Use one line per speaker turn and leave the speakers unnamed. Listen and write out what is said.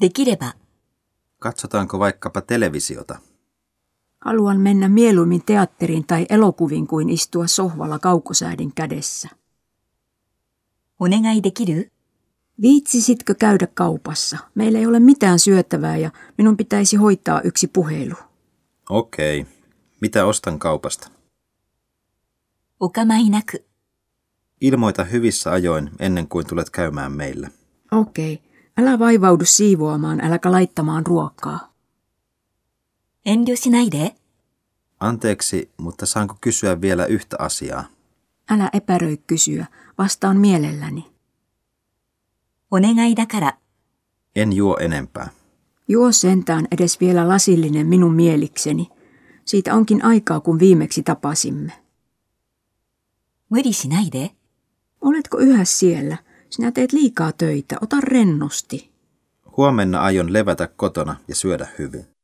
できれば、
Katsotaanko vaikkapa televisiota?
Haluan mennä mieluummin teatteriin tai elokuviin kuin istua sohvalla kaukosäädin kädessä.
お願いできる
Viitsisitkö käydä kaupassa? Meillä ei ole mitään syöttävää ja minun pitäisi hoitaa yksi puhelu.
Okei. Mitä ostan kaupasta?
お構いなく、
Ilmoita hyvissä ajoin ennen kuin tulet käymään meillä.
Okei, älä vaivaudu siivoamaan, äläkä laittamaan ruokaa.
遠慮しないで、
Anteeksi, mutta saanko kysyä vielä yhtä asiaa?
Älä epäröi kysyä, vastaan mielelläni.
お願いだから、
En juo enempää.
Juo sentään edes vielä lasillinen minun mielikseni. Siitä onkin aikaa, kun viimeksi tapasimme.
無理しないで、
Oletko yhä siellä? Sinä teet liikaa töitä, ota rennosti.
Huomenna aion levätä kotona ja syödä hyvin.